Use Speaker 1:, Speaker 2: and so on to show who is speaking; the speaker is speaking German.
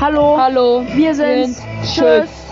Speaker 1: Hallo.
Speaker 2: Hallo.
Speaker 1: Wir sind's.
Speaker 2: Tschüss.